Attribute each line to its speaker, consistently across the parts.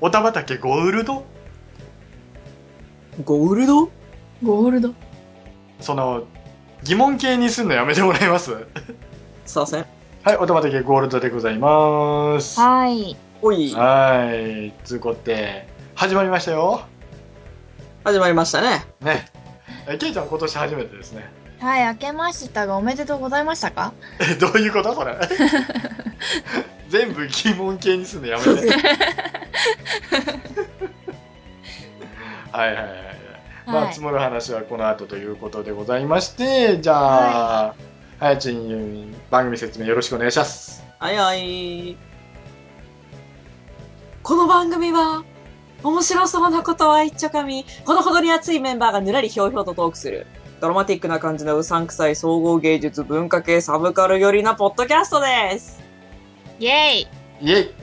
Speaker 1: おたばたけゴールド
Speaker 2: ゴールド
Speaker 3: ゴールド。
Speaker 1: その、疑問形にすんのやめてもらえ ます
Speaker 2: 左遷
Speaker 1: はい、おたばたけゴールドでございます。は
Speaker 3: はい。
Speaker 2: おい
Speaker 1: ーい。つうこって、始まりましたよ。
Speaker 2: 始まりましたね
Speaker 1: ね。えケイちゃん今年初めてですね。
Speaker 3: はい、明けましたが、おめでとうございましたか
Speaker 1: え、どういうことそれ。全部疑問形にすんのやめて。はいはいはいはい。まあ、
Speaker 3: はい
Speaker 1: 積。もる話はこの後ということでございまして、じゃあ、はやちん、番組説明よろしくお願いします。
Speaker 2: はいはいこの番組は面白そうなことは一丁かみほどほどに熱いメンバーがぬらりひょうひょうとトークするドラマティックな感じのうさんくさい総合芸術文化系サブカル寄りなポッドキャストです
Speaker 3: イェイ
Speaker 1: イェイ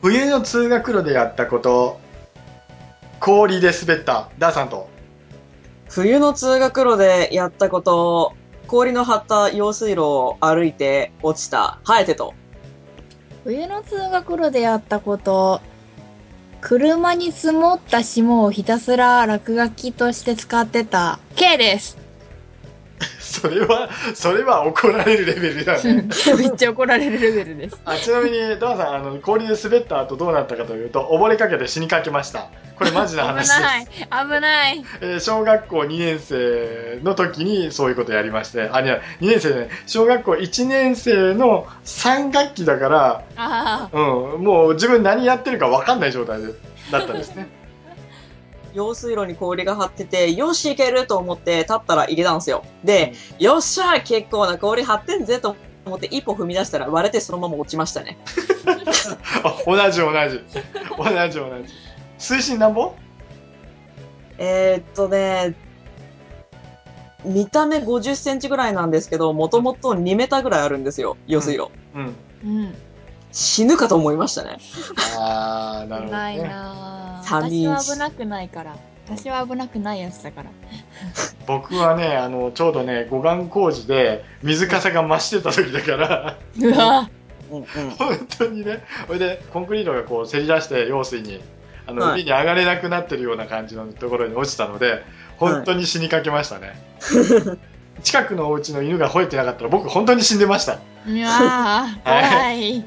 Speaker 1: 冬の通学路でやったこと、氷で滑った、ダーさんと。
Speaker 2: 冬の通学路でやったこと氷の張った用水路を歩いて落ちたハエテと
Speaker 3: 冬の通学路でやったこと、車に積もった霜をひたすら落書きとして使ってた K です。
Speaker 1: それは、それは怒られるレベルだね。
Speaker 3: めっちゃ怒られるレベルです。
Speaker 1: あちなみに、ダーさん、あの、氷で滑った後どうなったかというと、溺れかけて死にかけました。これマジな
Speaker 3: 危
Speaker 1: 話です。
Speaker 3: ない、危ない。
Speaker 1: えー小学校2年生の時にそういうことやりまして、あ、いや、2年生ね、小学校1年生の3学期だから、
Speaker 3: あ
Speaker 1: うん、もう自分何やってるか分かんない状態でだったんです ね。
Speaker 2: 用水路に氷が張ってて、よし、行けると思って立ったら入れたんですよ。で、よっしゃ、結構な氷張ってんぜと思って一歩踏み出したら割れてそのまま落ちましたね。
Speaker 1: あ同じ同じ。同じ同じ。水深なんぼ
Speaker 2: えー、っとね、見た目50センチぐらいなんですけど、もともと2メーターぐらいあるんですよ、用水路。
Speaker 1: うん。
Speaker 3: あ。うん。
Speaker 2: 死ぬかと思いましたね。
Speaker 1: あー、なるほ
Speaker 3: 危
Speaker 1: ど、
Speaker 3: ない
Speaker 1: ね。
Speaker 3: なぁ
Speaker 2: 寂しい
Speaker 3: 私は危なくないから。私は危なくないやつだから。
Speaker 1: 僕はね、あの、ちょうどね、護岸工事で水かさが増してた時だから、
Speaker 3: うわ
Speaker 2: うんうん。
Speaker 1: 本当にねそれでコンクリートがこうせり出して用水にあの、
Speaker 2: はい
Speaker 1: 海に上がれなくなってるような感じのところに落ちたので本当に死にかけましたね、 近くのお家の犬が吠えてなかったら僕本当に死んでました
Speaker 3: うわぁ怖い。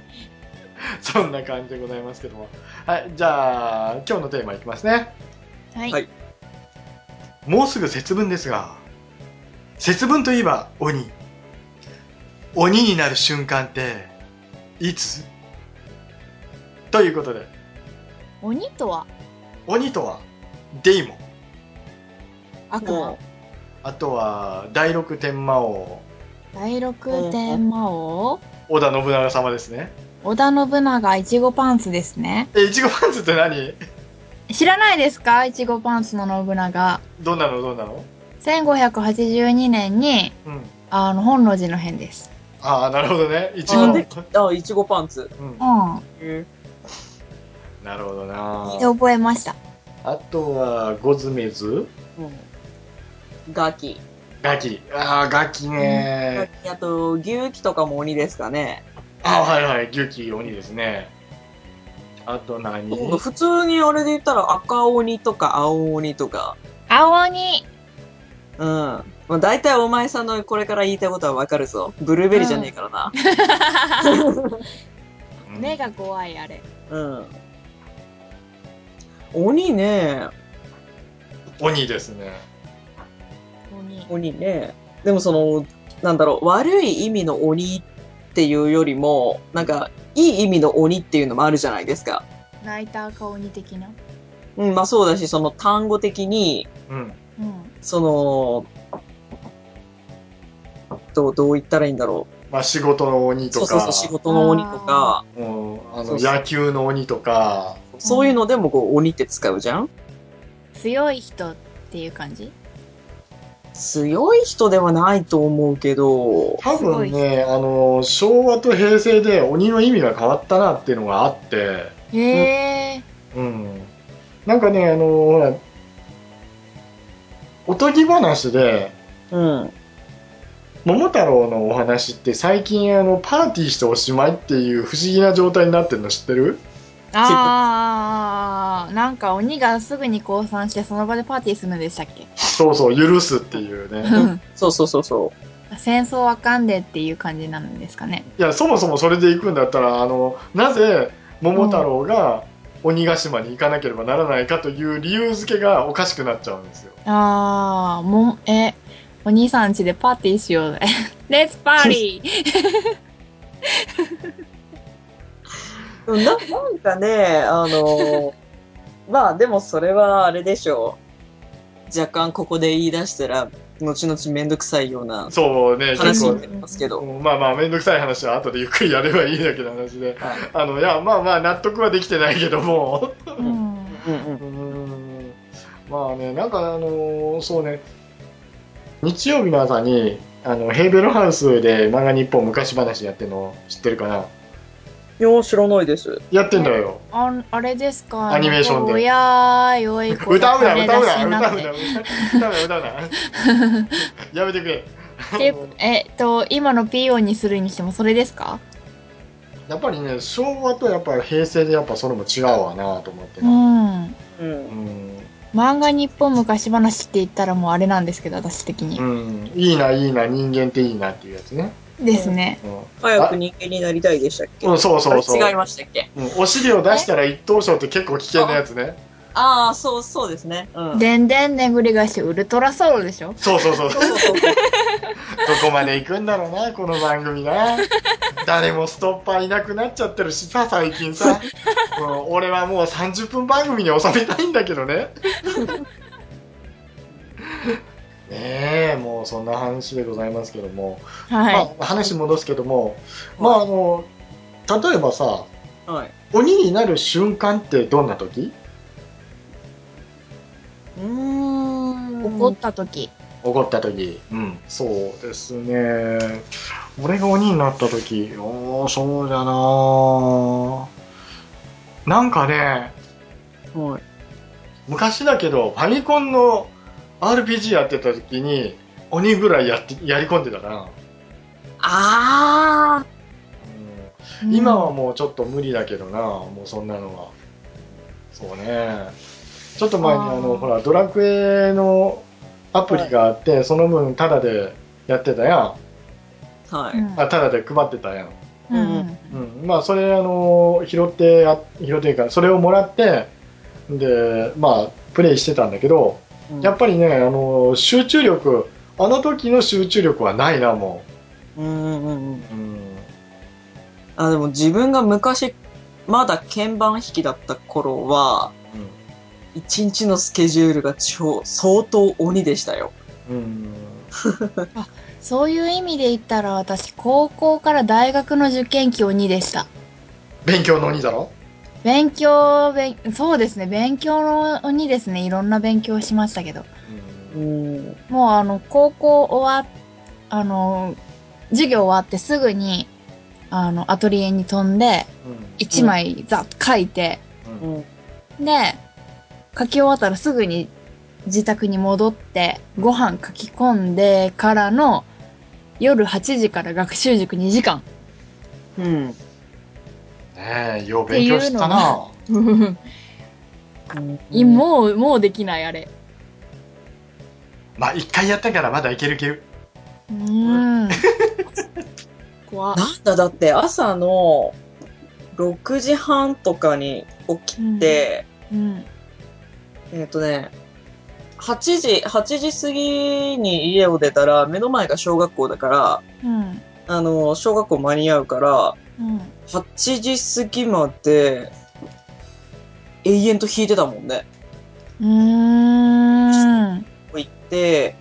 Speaker 1: そんな感じでございますけどもはいじゃあ今日のテーマいきますね
Speaker 3: はい。
Speaker 2: はい
Speaker 1: もうすぐ節分ですが節分といえば鬼鬼になる瞬間っていつということで
Speaker 3: 鬼とは
Speaker 1: 鬼とはデイモン
Speaker 3: 悪魔
Speaker 2: も。
Speaker 1: あとは第六天魔王
Speaker 3: 第六天魔王
Speaker 1: 織田信長様ですね
Speaker 3: 織田信長いちごパンツですね。
Speaker 1: えいちごパンツって何
Speaker 3: 知らないですかいちごパンツの信長。
Speaker 1: どんなのどんなの
Speaker 3: 1582年に、
Speaker 1: うん
Speaker 3: あの、本能寺の変です。
Speaker 1: ああなるほどねいちごう
Speaker 2: な
Speaker 1: んん
Speaker 2: で、あ、いちごパンツ。
Speaker 3: う
Speaker 1: なるほど
Speaker 3: ん。
Speaker 1: な
Speaker 3: で、覚えました。
Speaker 1: あとはゴズメズ
Speaker 2: うん。ガキ。
Speaker 1: ガキああガキ
Speaker 2: ガ
Speaker 1: ね
Speaker 2: キあと、牛気とかも鬼ですかね。
Speaker 1: ああはいはい牛鬼鬼ですねあと何
Speaker 2: 普通にあれで言ったら赤鬼とか青鬼とか。
Speaker 3: 青鬼
Speaker 2: うん。まあ、大体お前さんのこれから言いたいことはわかるぞ。ブルーベリーじゃねえからな。
Speaker 1: うん
Speaker 3: 目が怖い、あれ。
Speaker 2: うん。鬼ね。
Speaker 1: 鬼ですね
Speaker 3: 鬼。
Speaker 2: 鬼ね。でもその、なんだろう、悪い意味の鬼っていうよりも、なんか、いい意味の鬼っていうのもあるじゃないですか。
Speaker 3: ライターか鬼的な。
Speaker 2: うん、まあそうだし、その単語的に、
Speaker 1: うん
Speaker 3: うん。
Speaker 2: その、どう、どう言ったらいいんだろ
Speaker 1: まあ仕事の鬼
Speaker 2: う。
Speaker 1: と
Speaker 2: そう
Speaker 1: か
Speaker 2: そうそう、仕事の鬼とか、
Speaker 1: うんあ
Speaker 2: そ
Speaker 1: の
Speaker 2: うそう
Speaker 1: 野球の鬼とか
Speaker 2: そういうのでもこう、鬼って使うじゃん
Speaker 3: 強い人っていう感じ
Speaker 2: 強い人ではないと思うけど、
Speaker 1: 多分ね、あの、昭和と平成で鬼の意味が変わったなっていうのがあって、
Speaker 3: へえ。
Speaker 1: うん。なんかね、あの、ほら、おとぎ話で、
Speaker 2: うん。
Speaker 1: 桃太郎のお話って最近あのパーティーしておしまいっていう不思議な状態になってるの知ってる
Speaker 3: ああ、なんか鬼がすぐに降参してその場でパーティーするのでしたっけ
Speaker 1: そうそう、許すっていうね。
Speaker 2: そうそうそうそ
Speaker 3: 戦争わかんでっていう感じなんですかね。
Speaker 1: いや、そもそもそれで行くんだったら、あの、なぜ桃太郎が鬼ヶ島に行かなければならないかという理由付けがおかしくなっちゃうんですよ。
Speaker 3: ああ、もう、え、お兄さん家でパーティーしようぜ。 レッツパーティー
Speaker 2: う。ななんかね、あの、まあでもそれはあれでしょう。若干ここで言い出したら、後々めんどくさいような
Speaker 1: そうね、結
Speaker 2: 話に
Speaker 1: 構
Speaker 2: な。りますけど。
Speaker 1: まあまあ、めんどくさい話は後でゆっくりやればいいだけの話で。
Speaker 2: はい
Speaker 1: あの、いや、まあまあ、納得はできてないけども。
Speaker 3: うん
Speaker 2: うんうん
Speaker 1: うーんまあね、なんかあのーそうね、日曜日の朝に、あの、ヘーベルハウスで漫画日本昔話やってるの知ってるかない
Speaker 2: や、知らないです。
Speaker 1: やってんだよ。
Speaker 3: ああれですか
Speaker 1: アニメーションで
Speaker 3: おやーい、おい、これ
Speaker 1: 歌うな、
Speaker 3: 金
Speaker 1: 歌
Speaker 3: 出
Speaker 1: うな、
Speaker 3: し
Speaker 1: 歌
Speaker 3: な
Speaker 1: うな、
Speaker 3: っ
Speaker 1: 歌
Speaker 3: て。
Speaker 1: うな、歌うな。やめてくれ。
Speaker 3: でえっと、今の P 音にするにしてもそれですか
Speaker 1: やっぱりね、昭和とやっぱ平成でやっぱそれも違うわなと思って
Speaker 3: う
Speaker 1: ね。
Speaker 3: ん。
Speaker 2: うん。
Speaker 3: 漫画日本昔話って言ったらもうあれなんですけど、私的に
Speaker 1: う。ん、うん、いいな、いいな、人間っていいなっていうやつね。
Speaker 3: ですね。
Speaker 1: うん
Speaker 2: 早く人間になりたいでしたっけ
Speaker 1: うん、そうそう
Speaker 2: あ
Speaker 1: そう。
Speaker 2: れ違いましたっけ
Speaker 1: うん、お尻を出したら一等賞って結構危険なやつね。
Speaker 2: ああ、そう、そうですね。うん。
Speaker 3: でんでんねぐり返しウルトラソウルでしょ
Speaker 1: そうそうそう。ど
Speaker 2: そうそうそう。
Speaker 1: こまで行くんだろうな、この番組な。誰もストッパーいなくなっちゃってるしさ、最近さ。もう俺はもう30分番組に収めたいんだけどね。ねえ、もうそんな話でございますけども。
Speaker 3: はい。
Speaker 1: まあ、話戻すけども、まああの、例えばさ、
Speaker 2: はい。
Speaker 1: 鬼になる瞬間ってどんな時
Speaker 2: うーん。
Speaker 3: 怒った時。
Speaker 1: 怒った時、うん、そうですね俺が鬼になった時おーそうだなあなんかね
Speaker 2: はい。
Speaker 1: 昔だけどファミコンの RPG やってた時に鬼ぐらいやってやり込んでたな、
Speaker 2: ああ。
Speaker 1: うん、今はもうちょっと無理だけどなもうそんなのはそうねちょっと前にあの
Speaker 3: あー
Speaker 1: ほらドラクエのアプリがあって、その分タダでやってたやん
Speaker 2: は
Speaker 3: う
Speaker 2: い。
Speaker 3: ん、
Speaker 1: あタダで配ってたやん
Speaker 3: う
Speaker 2: うん
Speaker 3: ん。
Speaker 1: うん、まあそれあの拾ってあ拾っていうかそれをもらってでまあプレイしてたんだけどやっぱりねあの集中力あの時の集中力はないなも
Speaker 2: うんうんうんうん。
Speaker 1: う、うん、
Speaker 2: あ、でも自分が昔、まだ鍵盤弾きだった頃は、一日のスケジュールが超、相当鬼でしたよ。
Speaker 1: うんうん、
Speaker 3: そういう意味で言ったら私、高校から大学の受験期鬼でした。
Speaker 1: 勉強の鬼だろ
Speaker 3: 勉強、勉、そうですね、勉強の鬼ですね。いろんな勉強をしましたけど。
Speaker 1: うん
Speaker 2: ん。
Speaker 3: もうあの、高校終わっ、あの、授業終わってすぐに、あの、アトリエに飛んで、一枚ざっと書いて、
Speaker 1: うん
Speaker 2: うん。
Speaker 3: で、書き終わったらすぐに自宅に戻って、ご飯書き込んでからの、夜8時から学習塾2時間。
Speaker 2: うん。
Speaker 1: ねえよう勉強したな
Speaker 3: いもう、もうできない、あれ。
Speaker 1: まあ一回やったからまだいけるいける
Speaker 3: うーん。 怖っ
Speaker 2: なんだだって朝の6時半とかに起きて、
Speaker 3: うん。
Speaker 2: えっ、とね、8時、8時過ぎに家を出たら、目の前が小学校だから、
Speaker 3: うん。
Speaker 2: あの、小学校間に合うから、
Speaker 3: うん。
Speaker 2: 8時過ぎまで、永遠と弾いてたもんね。
Speaker 3: うーん。
Speaker 2: 行って、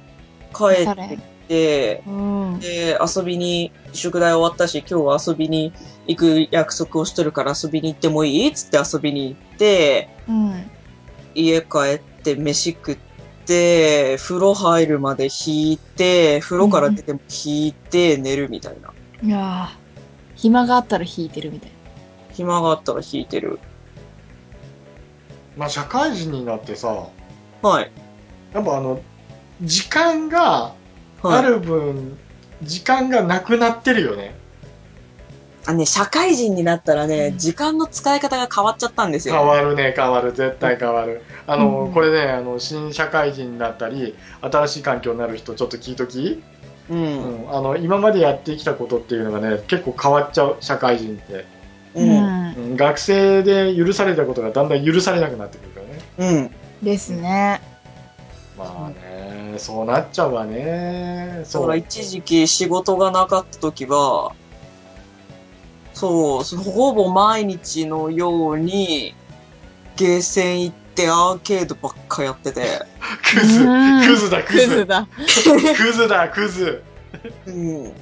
Speaker 2: 帰
Speaker 3: そ
Speaker 2: っ
Speaker 3: れ
Speaker 2: てきて、
Speaker 3: うん。
Speaker 2: で、遊びに、宿題終わったし、今日は遊びに行く約束をしてるから遊びに行ってもいいっつって遊びに行って、
Speaker 3: うん。
Speaker 2: 家帰って飯食って、風呂入るまで引いて、風呂から出ても引いて寝るみたいな。
Speaker 3: いやー暇があったら弾いてるみたい
Speaker 2: 暇があったら引いてる。
Speaker 1: まあ社会人になってさ
Speaker 2: はい。
Speaker 1: やっぱあの時間が
Speaker 2: はい、
Speaker 1: ある分、時間がなくなってるよね
Speaker 2: ああのね、社会人になったらね、
Speaker 3: うん
Speaker 2: 時間の使い方が変わっちゃったんですよ。
Speaker 1: 変わるね変わる絶対変わるあの、
Speaker 3: うん
Speaker 1: これねあの新社会人だったり新しい環境になる人ちょっと聞いとき、
Speaker 2: う。
Speaker 1: うんん、あの今までやってきたことっていうのがね結構変わっちゃう社会人って、
Speaker 2: う。
Speaker 3: うんん
Speaker 1: うん、学生で許されたことがだんだん許されなくなってくるからね
Speaker 2: うん。
Speaker 3: ですね。
Speaker 1: まあねそうなっちゃうわね
Speaker 2: だ
Speaker 1: そ
Speaker 2: か
Speaker 1: う
Speaker 2: ら一時期仕事がなかった時は、そう、そほぼ毎日のように、ゲーセン行ってアーケードばっかやってて。
Speaker 1: クズ
Speaker 3: うん
Speaker 1: クズだク
Speaker 3: クズ
Speaker 1: ズ
Speaker 3: だ。
Speaker 1: クズだクズ、
Speaker 2: うん。
Speaker 1: うん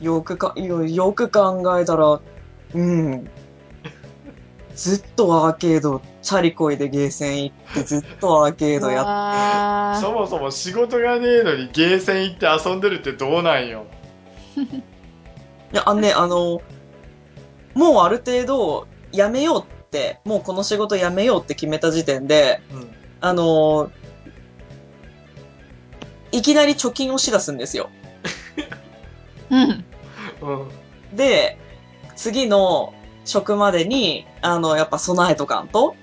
Speaker 2: よくか、よよく考えたら、うん。ずっとアーケード、チャリこいでゲーセン行って、ずっとアーケードやっ
Speaker 3: わー
Speaker 1: そもそも仕事がねえのにゲーセン行って遊んでるってどうなんよ
Speaker 2: いや、あのね、あの、もうある程度、やめようって、もうこの仕事やめようって決めた時点で、
Speaker 1: うん
Speaker 2: あの、いきなり貯金をしだすんですよ。
Speaker 3: うん。
Speaker 1: うん
Speaker 2: で、次の職までに、あの、やっぱ備えとかん と。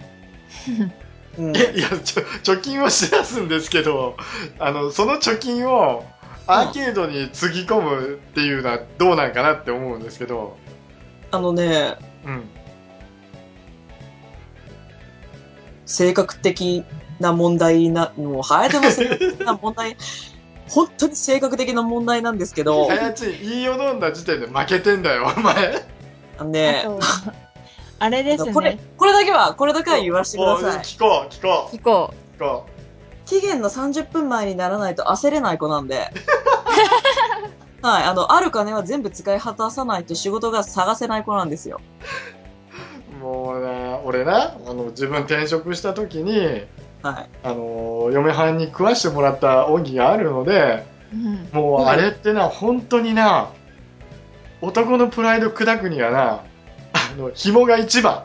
Speaker 2: う ん
Speaker 1: えいやちょ貯金をしだすんですけどあのその貯金をアーケードにつぎ込むっていうのはどうなんかなって思うんですけど、
Speaker 2: あのね、
Speaker 1: うん、
Speaker 2: 性格的な問題な、もう、はやても性 格的な問題、本当に性格的な問題なんですけど、
Speaker 1: あやち言いよどんだ時点で負けてんだよお前
Speaker 2: あの
Speaker 3: あ
Speaker 2: ね、
Speaker 3: と、あれです
Speaker 2: これ
Speaker 3: ね。、
Speaker 2: これだけは、これだけは言わせてくだ
Speaker 1: もう
Speaker 2: さい。
Speaker 1: 聞こう聞こう
Speaker 3: 聞こ
Speaker 1: 聞こ
Speaker 2: 期限の30分前にならないと焦れない子なん で。はい、あの、ある金は全部使い果たさないと仕事が探せない子なんですよ。
Speaker 1: うもうな俺なあの自分転職した時に
Speaker 2: はい。
Speaker 1: あの嫁はんに食わしてもらった恩義があるので
Speaker 3: う。うん。
Speaker 1: もうあれってな、本当にな、男のプライド砕くにはな、あの、紐が一番。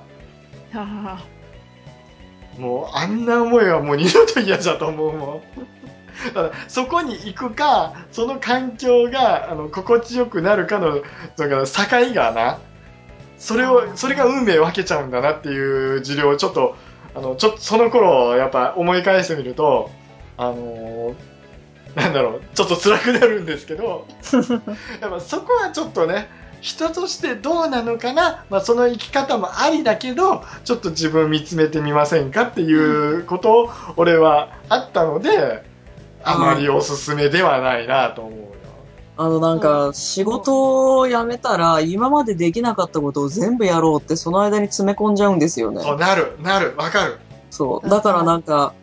Speaker 3: ははは
Speaker 1: もうあんな思いはもう二度と嫌じゃと思うもん。だからそこに行くか、その環境があの心地よくなるかの、だから境がな、それを、それが運命を分けちゃうんだなっていう事例をちょっと、あの、ちょっとその頃、やっぱ思い返してみると、あのーなんだろう、ちょっと辛くなるんですけど、やっぱそこはちょっとね、人としてどうなのかな、まあ、その生き方もありだけどちょっと自分見つめてみませんかっていうことを俺はあったのであまりおすすめではないなと思うよ。
Speaker 2: あの、なんか、仕事を辞めたら、今までできなかったことを全部やろうって、その間に詰め込んじゃうんですよね。
Speaker 1: そうなるなるわかる。
Speaker 2: そう。だからなんか、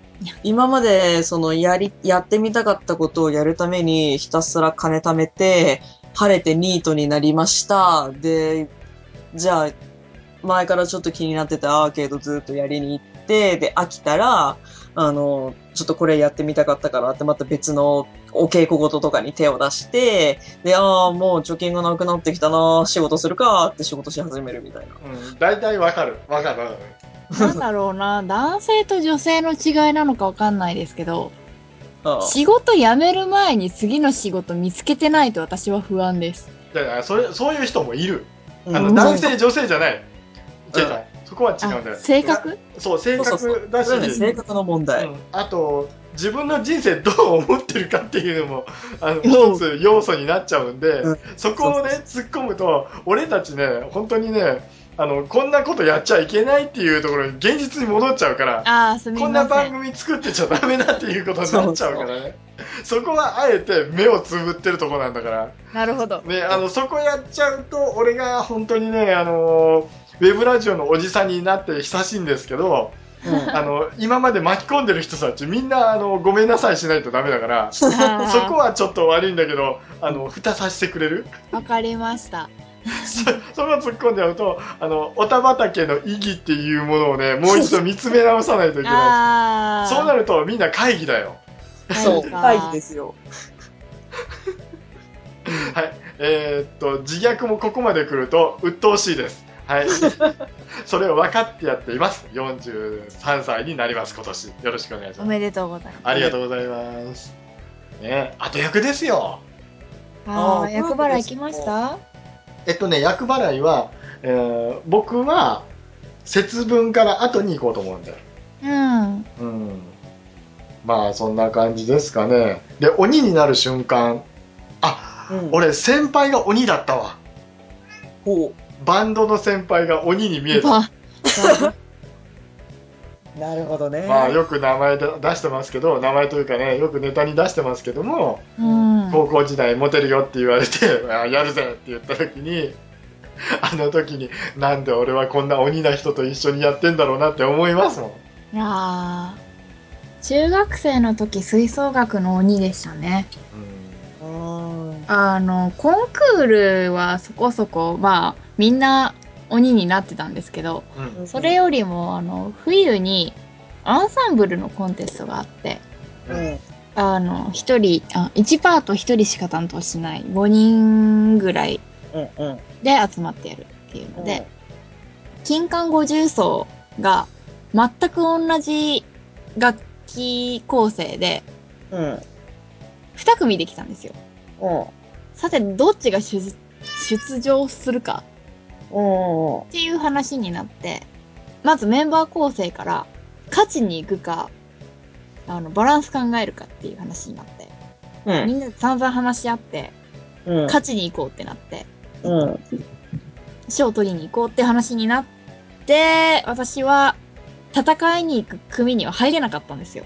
Speaker 2: 今まで、その、やり、やってみたかったことをやるために、ひたすら金貯めて、晴れてニートになりました。で、じゃあ、前からちょっと気になってたアーケードずっとやりに行って、で、飽きたら、あの、ちょっとこれやってみたかったからって、また別のお稽古事とかに手を出して、で、ああ、もう貯金がなくなってきたな、仕事するかって仕事し始めるみたいな。
Speaker 1: うん、大体わかるわかるわかる。
Speaker 3: なんだろうな、男性と女性の違いなのかわかんないですけど、
Speaker 2: ああ
Speaker 3: 仕事辞める前に次の仕事見つけてないと私は不安です。
Speaker 1: だからそれそういう人もいる。あ
Speaker 2: う
Speaker 1: の
Speaker 2: ん
Speaker 1: 男性女性じゃない。違う違うそこは違うんだよ。
Speaker 3: あ性格
Speaker 1: そう性格だし
Speaker 2: そういうのね性格の問題。
Speaker 1: うんあと自分の人生どう思ってるかっていうのもあの
Speaker 3: うん
Speaker 1: 一つ要素になっちゃうんで、
Speaker 2: うん
Speaker 1: そこをね突っ込むと俺たちね本当にねあのこんなことやっちゃいけないっていうところに現実に戻っちゃうから
Speaker 3: ああ、すみ
Speaker 1: こんな
Speaker 3: ませ
Speaker 1: 番
Speaker 3: ん。
Speaker 1: 組作ってちゃダメだっていうことになっちゃうからねそこはあえて目をつぶってるとこなんだから。
Speaker 3: なるほど。
Speaker 1: ね、あのそこやっちゃうと俺が本当にねあのウェブラジオのおじさんになって久しいんですけど
Speaker 2: うん
Speaker 1: あの今まで巻き込んでる人たちみんなあのごめんなさいしないとダメだ から そ
Speaker 3: そ
Speaker 1: こはちょっと悪いんだけどあの蓋させてくれる
Speaker 3: わかりました。
Speaker 1: そそこ突っ込んじゃうとあのおた畑の意義っていうものをねもう一度見つめ直さないといけない
Speaker 3: あ あ。。
Speaker 1: そうなるとみんな会議だよ
Speaker 2: そう、会議ですすよ。
Speaker 1: はいえーっと自虐もここまで来ると鬱陶しいですはい それを分かってやっています43歳になります今年よろしくお願いし
Speaker 3: お
Speaker 1: ます
Speaker 3: めでとうございます。
Speaker 1: ありがとうございますね後役ですよ
Speaker 3: あ
Speaker 2: あ
Speaker 3: あ、
Speaker 2: ー
Speaker 3: 役払い来ました
Speaker 1: えっとね、厄払いは、えー僕は、節分から後に行こうと思うんだよ。
Speaker 3: うん。
Speaker 1: うん。まあ、そんな感じですかね。で、鬼になる瞬間。あ、
Speaker 2: うん
Speaker 1: 俺、先輩が鬼だったわ。
Speaker 2: ほ
Speaker 1: バンドの先輩が鬼に見えた。
Speaker 3: ば、
Speaker 2: う。なるほどね。
Speaker 1: まあ、よく名前で出してますけど、名前というかね、よくネタに出してますけども、
Speaker 3: うん。
Speaker 1: 高校時代モテるよって言われて、 あやるぜって言った時に、あの時に、なんで俺はこんな鬼な人と一緒にやってんだろうなって思いますもん。
Speaker 3: いやー中学生の時吹奏楽の鬼でしたね。
Speaker 2: うん。
Speaker 3: あの、コンクールはそこそこ、まあ、みんな鬼になってたんですけど、
Speaker 1: うん。うん。
Speaker 3: それよりも、あの、冬にアンサンブルのコンテストがあって、
Speaker 2: うん。
Speaker 3: あの、一人、あ1パート一人しか担当しない、5人ぐらい
Speaker 2: うん。うん。
Speaker 3: で集まってやるっていうので、金管五重奏が全く同じ楽器構成で
Speaker 2: うん。うん。
Speaker 3: 2組できたんですよ。
Speaker 2: うん。
Speaker 3: さて、どっちが出出場するか
Speaker 2: うん。
Speaker 3: っていう話になって、まずメンバー構成から勝ちに行くか、あの、バランス考えるかっていう話になって、
Speaker 2: うん
Speaker 3: み。んなで散々話し合って、
Speaker 2: うん。
Speaker 3: 勝ちに行こうってなって、
Speaker 2: うん。
Speaker 3: 賞を取りに行こうって話になって、私は戦いに行く組には入れなかったんですよ。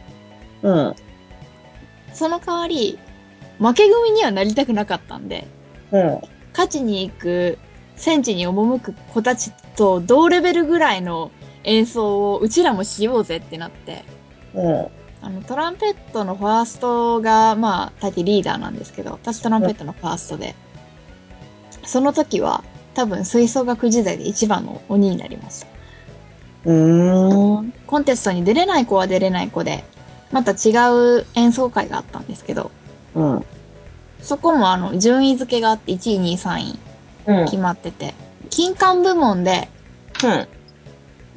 Speaker 2: うん。
Speaker 3: その代わり、負け組にはなりたくなかったんで、
Speaker 2: うん。
Speaker 3: 勝ちに行く、戦地に赴く子たちと同レベルぐらいの演奏をうちらもしようぜってなって、
Speaker 2: うん。
Speaker 3: あの、トランペットのファーストが、まあ、大抵リーダーなんですけど、私トランペットのファーストで、その時は、多分吹奏楽時代で一番の鬼になりました。
Speaker 2: うん。うん。
Speaker 3: コンテストに出れない子は出れない子で、また違う演奏会があったんですけど、
Speaker 2: うん。
Speaker 3: そこもあの、順位付けがあって、1位、2位、3位
Speaker 2: うん。
Speaker 3: 決まってて、金管部門で、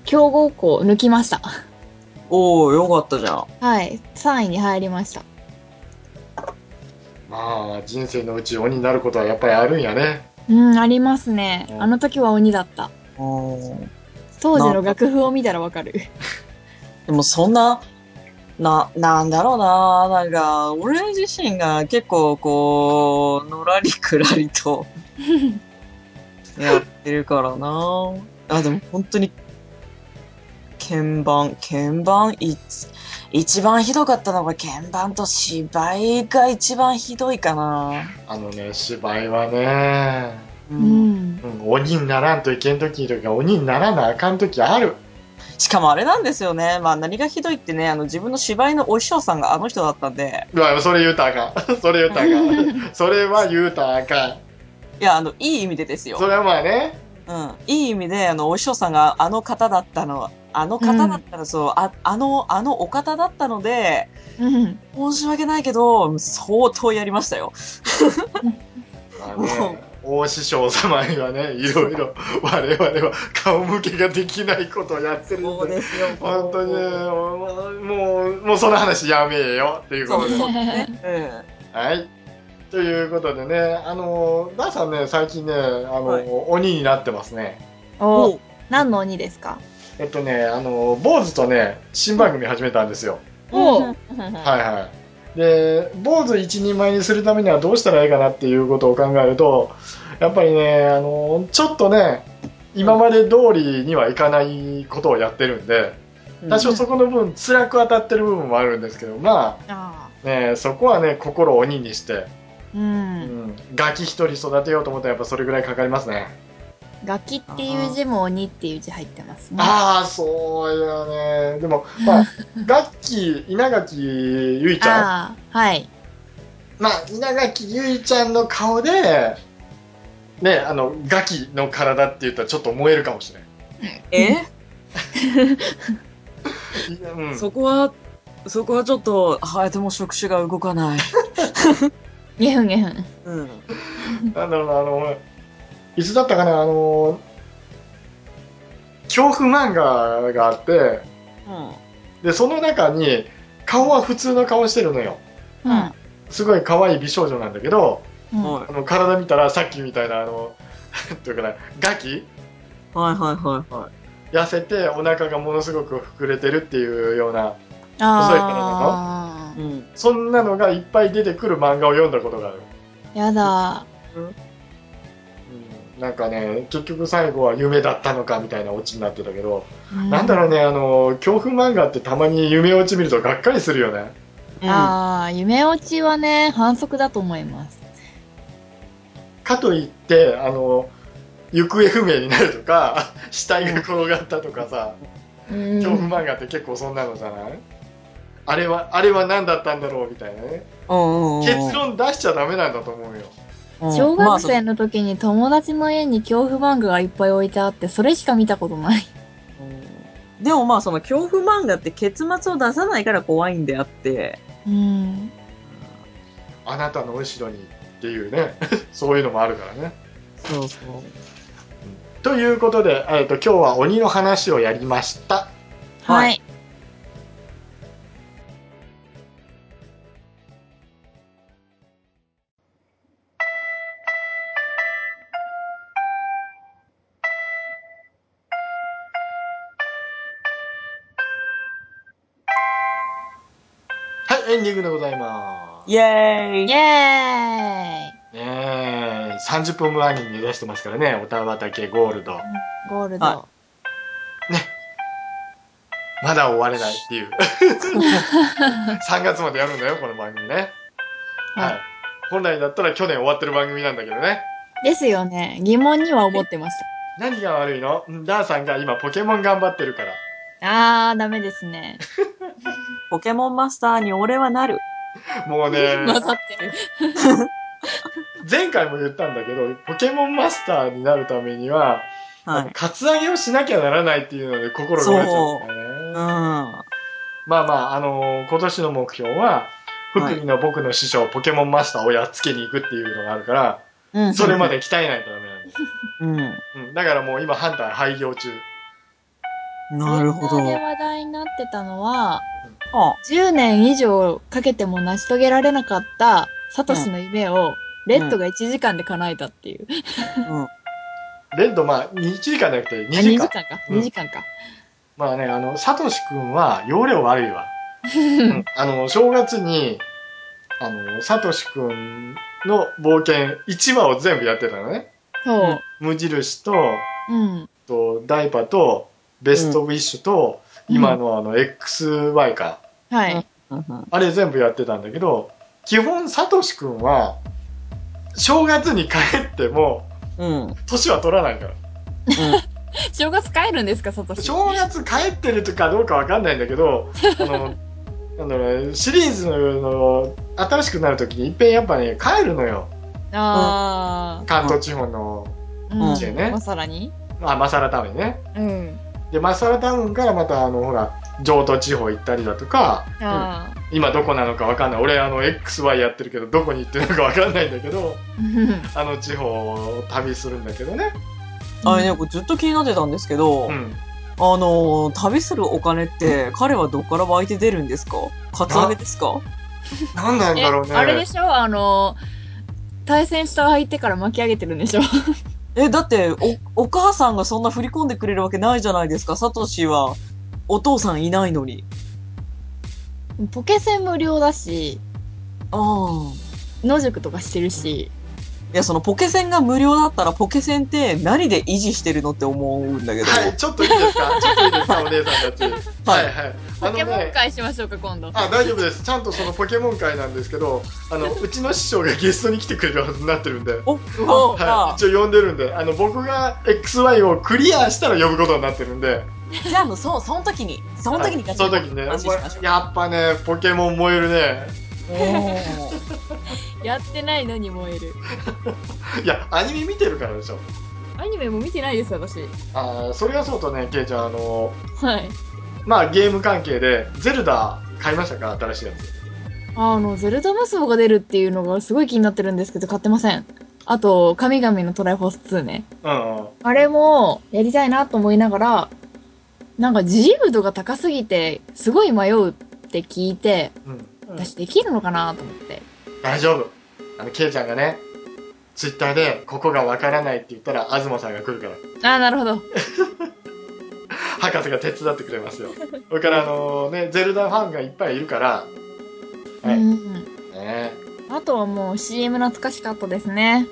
Speaker 3: 強豪校を抜きました。
Speaker 2: おー、よかったじゃん。
Speaker 3: はい。3位に入りました。
Speaker 1: まあ、人生のうち鬼になることはやっぱりあるんやね。
Speaker 3: うん、ありますね。あの時は鬼だった。
Speaker 2: うん。
Speaker 3: 当時の楽譜を見たらわかる。
Speaker 2: でもそんな、な、なんだろうな、なんか、俺自身が結構こう、のらりくらり とやってるからな。あ、でも本当に、鍵盤、鍵盤、いつ一番ひどかったのが鍵盤と芝居が一番ひどいかな。
Speaker 1: あのね、芝居はね、
Speaker 2: う
Speaker 3: うんん。
Speaker 1: うん、鬼にならんといけん時とか、鬼にならなあかん時ある。
Speaker 2: しかもあれなんですよね。まあ何がひどいってね、あの自分の芝居のお師匠さんがあの人だったんで、
Speaker 1: うわ、それ言うたらあかん。 それ言うたらあかん。それは言うたらあかん。
Speaker 2: いや、あの、いい意味でですよ。
Speaker 1: それはまあね、
Speaker 2: うん、いい意味で、あの、お師匠さんがあの方だったの、あの方だったら、そう、あ、あの、あのお方だったので、
Speaker 3: うん。
Speaker 2: 申し訳ないけど、相当やりましたよ。
Speaker 1: まあね大師匠様にはね、いろいろ我々は顔向けができないことをやってるんで、
Speaker 2: です よ
Speaker 1: 本当にね、もう、もうもうその話やめえよっていうことで。
Speaker 2: そ
Speaker 3: ね
Speaker 2: うん。
Speaker 1: はい。ということでね、あの、ダーさんね、最近ね、あの、
Speaker 2: はい
Speaker 1: 鬼になってますね。
Speaker 3: お、何の鬼ですか
Speaker 1: えっとね、あの、坊主とね、新番組始めたんですよ。
Speaker 3: おう
Speaker 1: はいはい。で、坊主一人前にするためにはどうしたらいいかなっていうことを考えると、やっぱりね、あの、ちょっとね、今まで通りにはいかないことをやってるんで、多少そこの分辛く当たってる部分もあるんですけど、ま
Speaker 3: あ
Speaker 1: あ、ね、そこはね、心を鬼にして、
Speaker 3: ーう。
Speaker 1: うんん、ガキ一人育てようと思ったらやっぱそれぐらいかかりますね。
Speaker 3: 楽器っていう字も鬼っていう字入ってますね。
Speaker 1: ああ、そうよね。でも、ま あ、ガッキー、稲垣結衣ちゃん。
Speaker 3: あー、はい。
Speaker 1: まあ、稲垣結衣ちゃんの顔で、ね、あの、ガキの体って言ったらちょっと燃えるかもしれん。
Speaker 2: え、
Speaker 1: いうん、
Speaker 2: そこは、そこはちょっと、はい、でも触手が動かない。
Speaker 3: ゲフンゲフン。
Speaker 2: うん。
Speaker 1: なんだろうな、あの、いつだったかな、あの、恐怖漫画があって、で、その中に、顔は普通の顔してるのよ。
Speaker 3: うん。
Speaker 1: すごい可愛い美少女なんだけど、
Speaker 3: うん
Speaker 2: はい
Speaker 1: あの体見たらさっきみたいなあの だからガキ
Speaker 2: はいはいは
Speaker 1: 痩せてお腹がものすごく膨れてるっていうような
Speaker 3: あ
Speaker 2: い。
Speaker 3: ー
Speaker 2: うん。
Speaker 1: そんなのがいっぱい出てくる漫画を読んだことがある、
Speaker 3: やだ
Speaker 1: うん、なんかね結局最後は夢だったのかみたいなオチになってたけど、
Speaker 3: ー
Speaker 1: なんだろうねあの恐怖漫画ってたまに夢オチ見るとがっかりするよね
Speaker 2: あ
Speaker 3: ああ夢落ちはね反則だと思います
Speaker 1: かといってあの行方不明になるとか 死体が転がったとかさ、
Speaker 3: うん
Speaker 1: 恐怖漫画って結構そんなのじゃないあれはあれは何だったんだろうみたいなね
Speaker 2: うんうん。
Speaker 1: 結論出しちゃダメなんだと思うよ
Speaker 2: うん
Speaker 3: 小
Speaker 2: まあ
Speaker 3: 学
Speaker 2: その
Speaker 3: 生の時に友達の家に恐怖漫画がいっぱい置いてあってそれしか見たことない
Speaker 2: でもまあその恐怖漫画って結末を出さないから怖いんであって、
Speaker 3: うん
Speaker 1: あなたの後ろにっていうね そういうのもあるからね
Speaker 2: そうそう。
Speaker 1: ということで、えー、と今日は鬼の話をやりました
Speaker 2: はい
Speaker 3: はい
Speaker 1: はいエンディングでございま
Speaker 2: イエーイ
Speaker 3: イエ
Speaker 1: すねえ30分前に出してますからねおたばたけゴールド
Speaker 3: ーイゴールド、
Speaker 2: は
Speaker 1: まだ終われないっていう 3月までやるんだよこの番組ね
Speaker 3: は
Speaker 1: はいい本来だったら去年終わってる番組なんだけどね
Speaker 3: ですよね疑問には思ってまし
Speaker 1: 何が悪いのうんダーさんが今ポケモン頑張ってるから
Speaker 3: たあーダメですね
Speaker 2: ポケモンマスターに俺はなる。
Speaker 1: もうね
Speaker 3: 混ざってる
Speaker 1: 前回も言ったんだけど、ポケモンマスターになるためには、
Speaker 2: はい。
Speaker 1: カツアゲをしなきゃならないっていうので心が折れちゃうんだよ
Speaker 2: うん。
Speaker 1: ね。
Speaker 2: は
Speaker 1: まあまあ、あのー今年の目標は、福井の僕の師匠、ポケモンマスターをやっつけに行くっていうのがあるから、
Speaker 2: うん
Speaker 1: それまで鍛えないとダメなんです。
Speaker 2: うん。
Speaker 1: うん、だからもう今ハンター廃業中。
Speaker 2: なるほ
Speaker 3: Twitter で
Speaker 2: ど。
Speaker 3: 話題になってたのは
Speaker 2: あ
Speaker 3: 10年以上かけても成し遂げられなかったサトシの夢をレッドが1時間で叶えたっていう。
Speaker 2: うん。
Speaker 1: レッド、まあ、1時間じゃなくて2
Speaker 3: あ、
Speaker 1: 時
Speaker 3: 2時
Speaker 1: 間
Speaker 3: 間。か。
Speaker 1: うん
Speaker 3: 2時間か。
Speaker 1: まあね、あの、サトシ君は容量悪い わ。うんあの、正月に、あの、サトシ君の冒険1話を全部やってたのね。
Speaker 3: そう。
Speaker 1: 無印と、
Speaker 3: うん。
Speaker 1: とダイパと、ベストウィッシュと、
Speaker 3: うん
Speaker 1: 今のあの、XY か。
Speaker 3: はい。
Speaker 2: うん
Speaker 1: あれ全部やってたんだけど、基本サトシ君は、正月に帰っても、
Speaker 2: うん。うん。
Speaker 1: 年は取らないから。
Speaker 3: 正月帰るんですか、サトシ。
Speaker 1: 正月帰ってるとかどうかわかんないんだけど、あの、 なんだろうね、シリーズの新しくなるときにいっぺんやっぱね、帰るのよ。
Speaker 3: あ
Speaker 1: 関東地方の、
Speaker 3: ー。
Speaker 2: ん
Speaker 3: うん
Speaker 1: そうね
Speaker 3: まさらに
Speaker 1: まあ、マサラタウンにね。
Speaker 3: うん。
Speaker 1: で、マサラタウンからまた、あの、ほら、上都地方行ったりだとか、
Speaker 3: あ
Speaker 1: 今どこなのかわかんない。俺、あの、XY やってるけど、どこに行ってるのかわかんないんだけど、
Speaker 3: ー。
Speaker 1: あの地方を旅するんだけどね。
Speaker 2: あれね、これずっと気になってたんですけど、
Speaker 1: うん。
Speaker 2: あのー旅するお金って、彼はどっから湧いて出るんですかカツアゲですか
Speaker 1: なんなん
Speaker 3: え、
Speaker 1: だろうね。
Speaker 3: あれでしょあの、対戦した相手から巻き上げてるんでしょ
Speaker 2: え、だって、お、お母さんがそんな振り込んでくれるわけないじゃないですか。サトシは、お父さんいないのに。
Speaker 3: ポケセン無料だし、
Speaker 2: ああ。
Speaker 3: 野宿とかしてるし。
Speaker 2: いや、そのポケセンが無料だったら、ポケセンって何で維持してるのって思うんだけど。
Speaker 1: はい、ちょっといいですかちょっといいですかお姉さんたち。はいはい。あ
Speaker 3: ポ
Speaker 1: の
Speaker 3: ケモン
Speaker 1: ね、
Speaker 3: 会しましょうか、今度。
Speaker 1: あ大丈夫ですちゃんとそのポケモン界なんですけどあ のうちの師匠がゲストに来てくれるはずになってるんで、
Speaker 2: お、
Speaker 3: お
Speaker 2: あ
Speaker 1: は、い、一応呼んでるんであの僕が XY をクリアしたら呼ぶことになってるんで
Speaker 2: じゃあもう、そう、その時に、その時
Speaker 1: はい
Speaker 2: に勝
Speaker 1: そ
Speaker 2: ち
Speaker 1: の時にね
Speaker 2: 話しましょう。
Speaker 1: やっぱねポケモン燃えるね
Speaker 2: おー
Speaker 3: やってないのに燃える。
Speaker 1: いやアニメ見てるからでしょ
Speaker 3: アニメも見てないです、私。
Speaker 1: あーそれはそうとねケイちゃんあの
Speaker 3: はい。
Speaker 1: まあゲーム関係で「ゼルダ」買いましたか新しいやつ
Speaker 3: あの、ゼルダマスボが出るっていうのがすごい気になってるんですけど、買ってません。あと、神々のトライフォース2ね。
Speaker 1: うんうん
Speaker 3: あれも、やりたいなと思いながら、なんか自由度が高すぎて、すごい迷うって聞いて、
Speaker 1: うん
Speaker 3: 私できるのかなと思って。
Speaker 1: 大丈夫あのケイちゃんがねツイッターで、ここがわからないって言ったら、東さんが来るから、
Speaker 3: あー、なるほど。
Speaker 1: 博士が手伝ってくれますよ。それから、あのね、ゼルダファンがいっぱいいるから、はい
Speaker 3: うんうん
Speaker 1: ね、
Speaker 3: あとはもう CM 懐かしかったですね。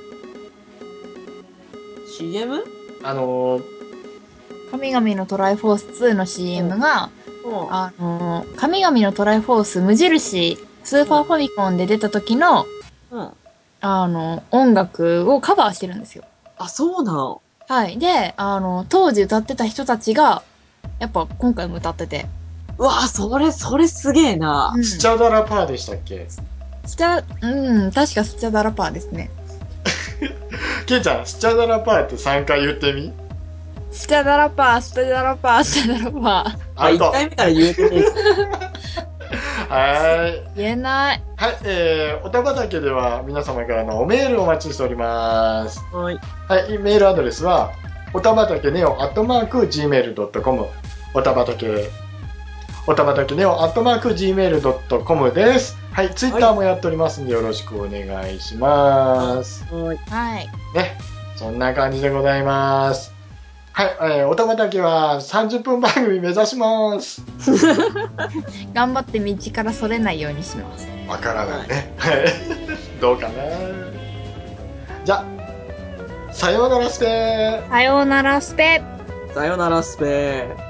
Speaker 2: CM?
Speaker 1: あの
Speaker 3: 神々のトライフォース2の CM が、
Speaker 2: うん。あ
Speaker 3: あのー、神々のトライフォース無印、スーパーファミコンで出た時の、
Speaker 2: うん、
Speaker 3: あの、音楽をカバーしてるんですよ。
Speaker 2: あ、そうなの。
Speaker 3: はい。で、あの、当時歌ってた人たちが、やっぱ今回も歌ってて。
Speaker 2: うわあ、それ、それすげえな。
Speaker 3: うん
Speaker 1: スチャダラパーでしたっけ
Speaker 3: スチャ、うん、確かスチャダラパーですね。
Speaker 1: ケイちゃん、スチャダラパーって3回言ってみ
Speaker 3: スチャダラパー、スチャダラパー、スチャダラパ
Speaker 2: あ、
Speaker 1: アウ
Speaker 2: 一
Speaker 1: ト。は
Speaker 2: 回目から言うてねえ ぞ
Speaker 1: ーい。
Speaker 3: ー。言えない。
Speaker 1: はい、えー、おたばたけでは皆様からのおメールをお待ちしております。
Speaker 2: はい。
Speaker 1: はい、メールアドレスは、おたばたけねお、アットマーク、gmail.com。おたばたけ、おたばたけねお、アットマーク、gmail.com です。はい、ツイッターもやっておりますんで、よろしくお願いします。
Speaker 2: はい。
Speaker 3: はい。
Speaker 1: ね、そんな感じでございます。はい、えー、おたばたけは30分番組目指します。
Speaker 3: 頑張って道からそれないようにします。
Speaker 1: わからないね。はい。 どうかな。じゃあ、さようならスペー。
Speaker 3: さようなら、スペ
Speaker 2: さよなら、スペー。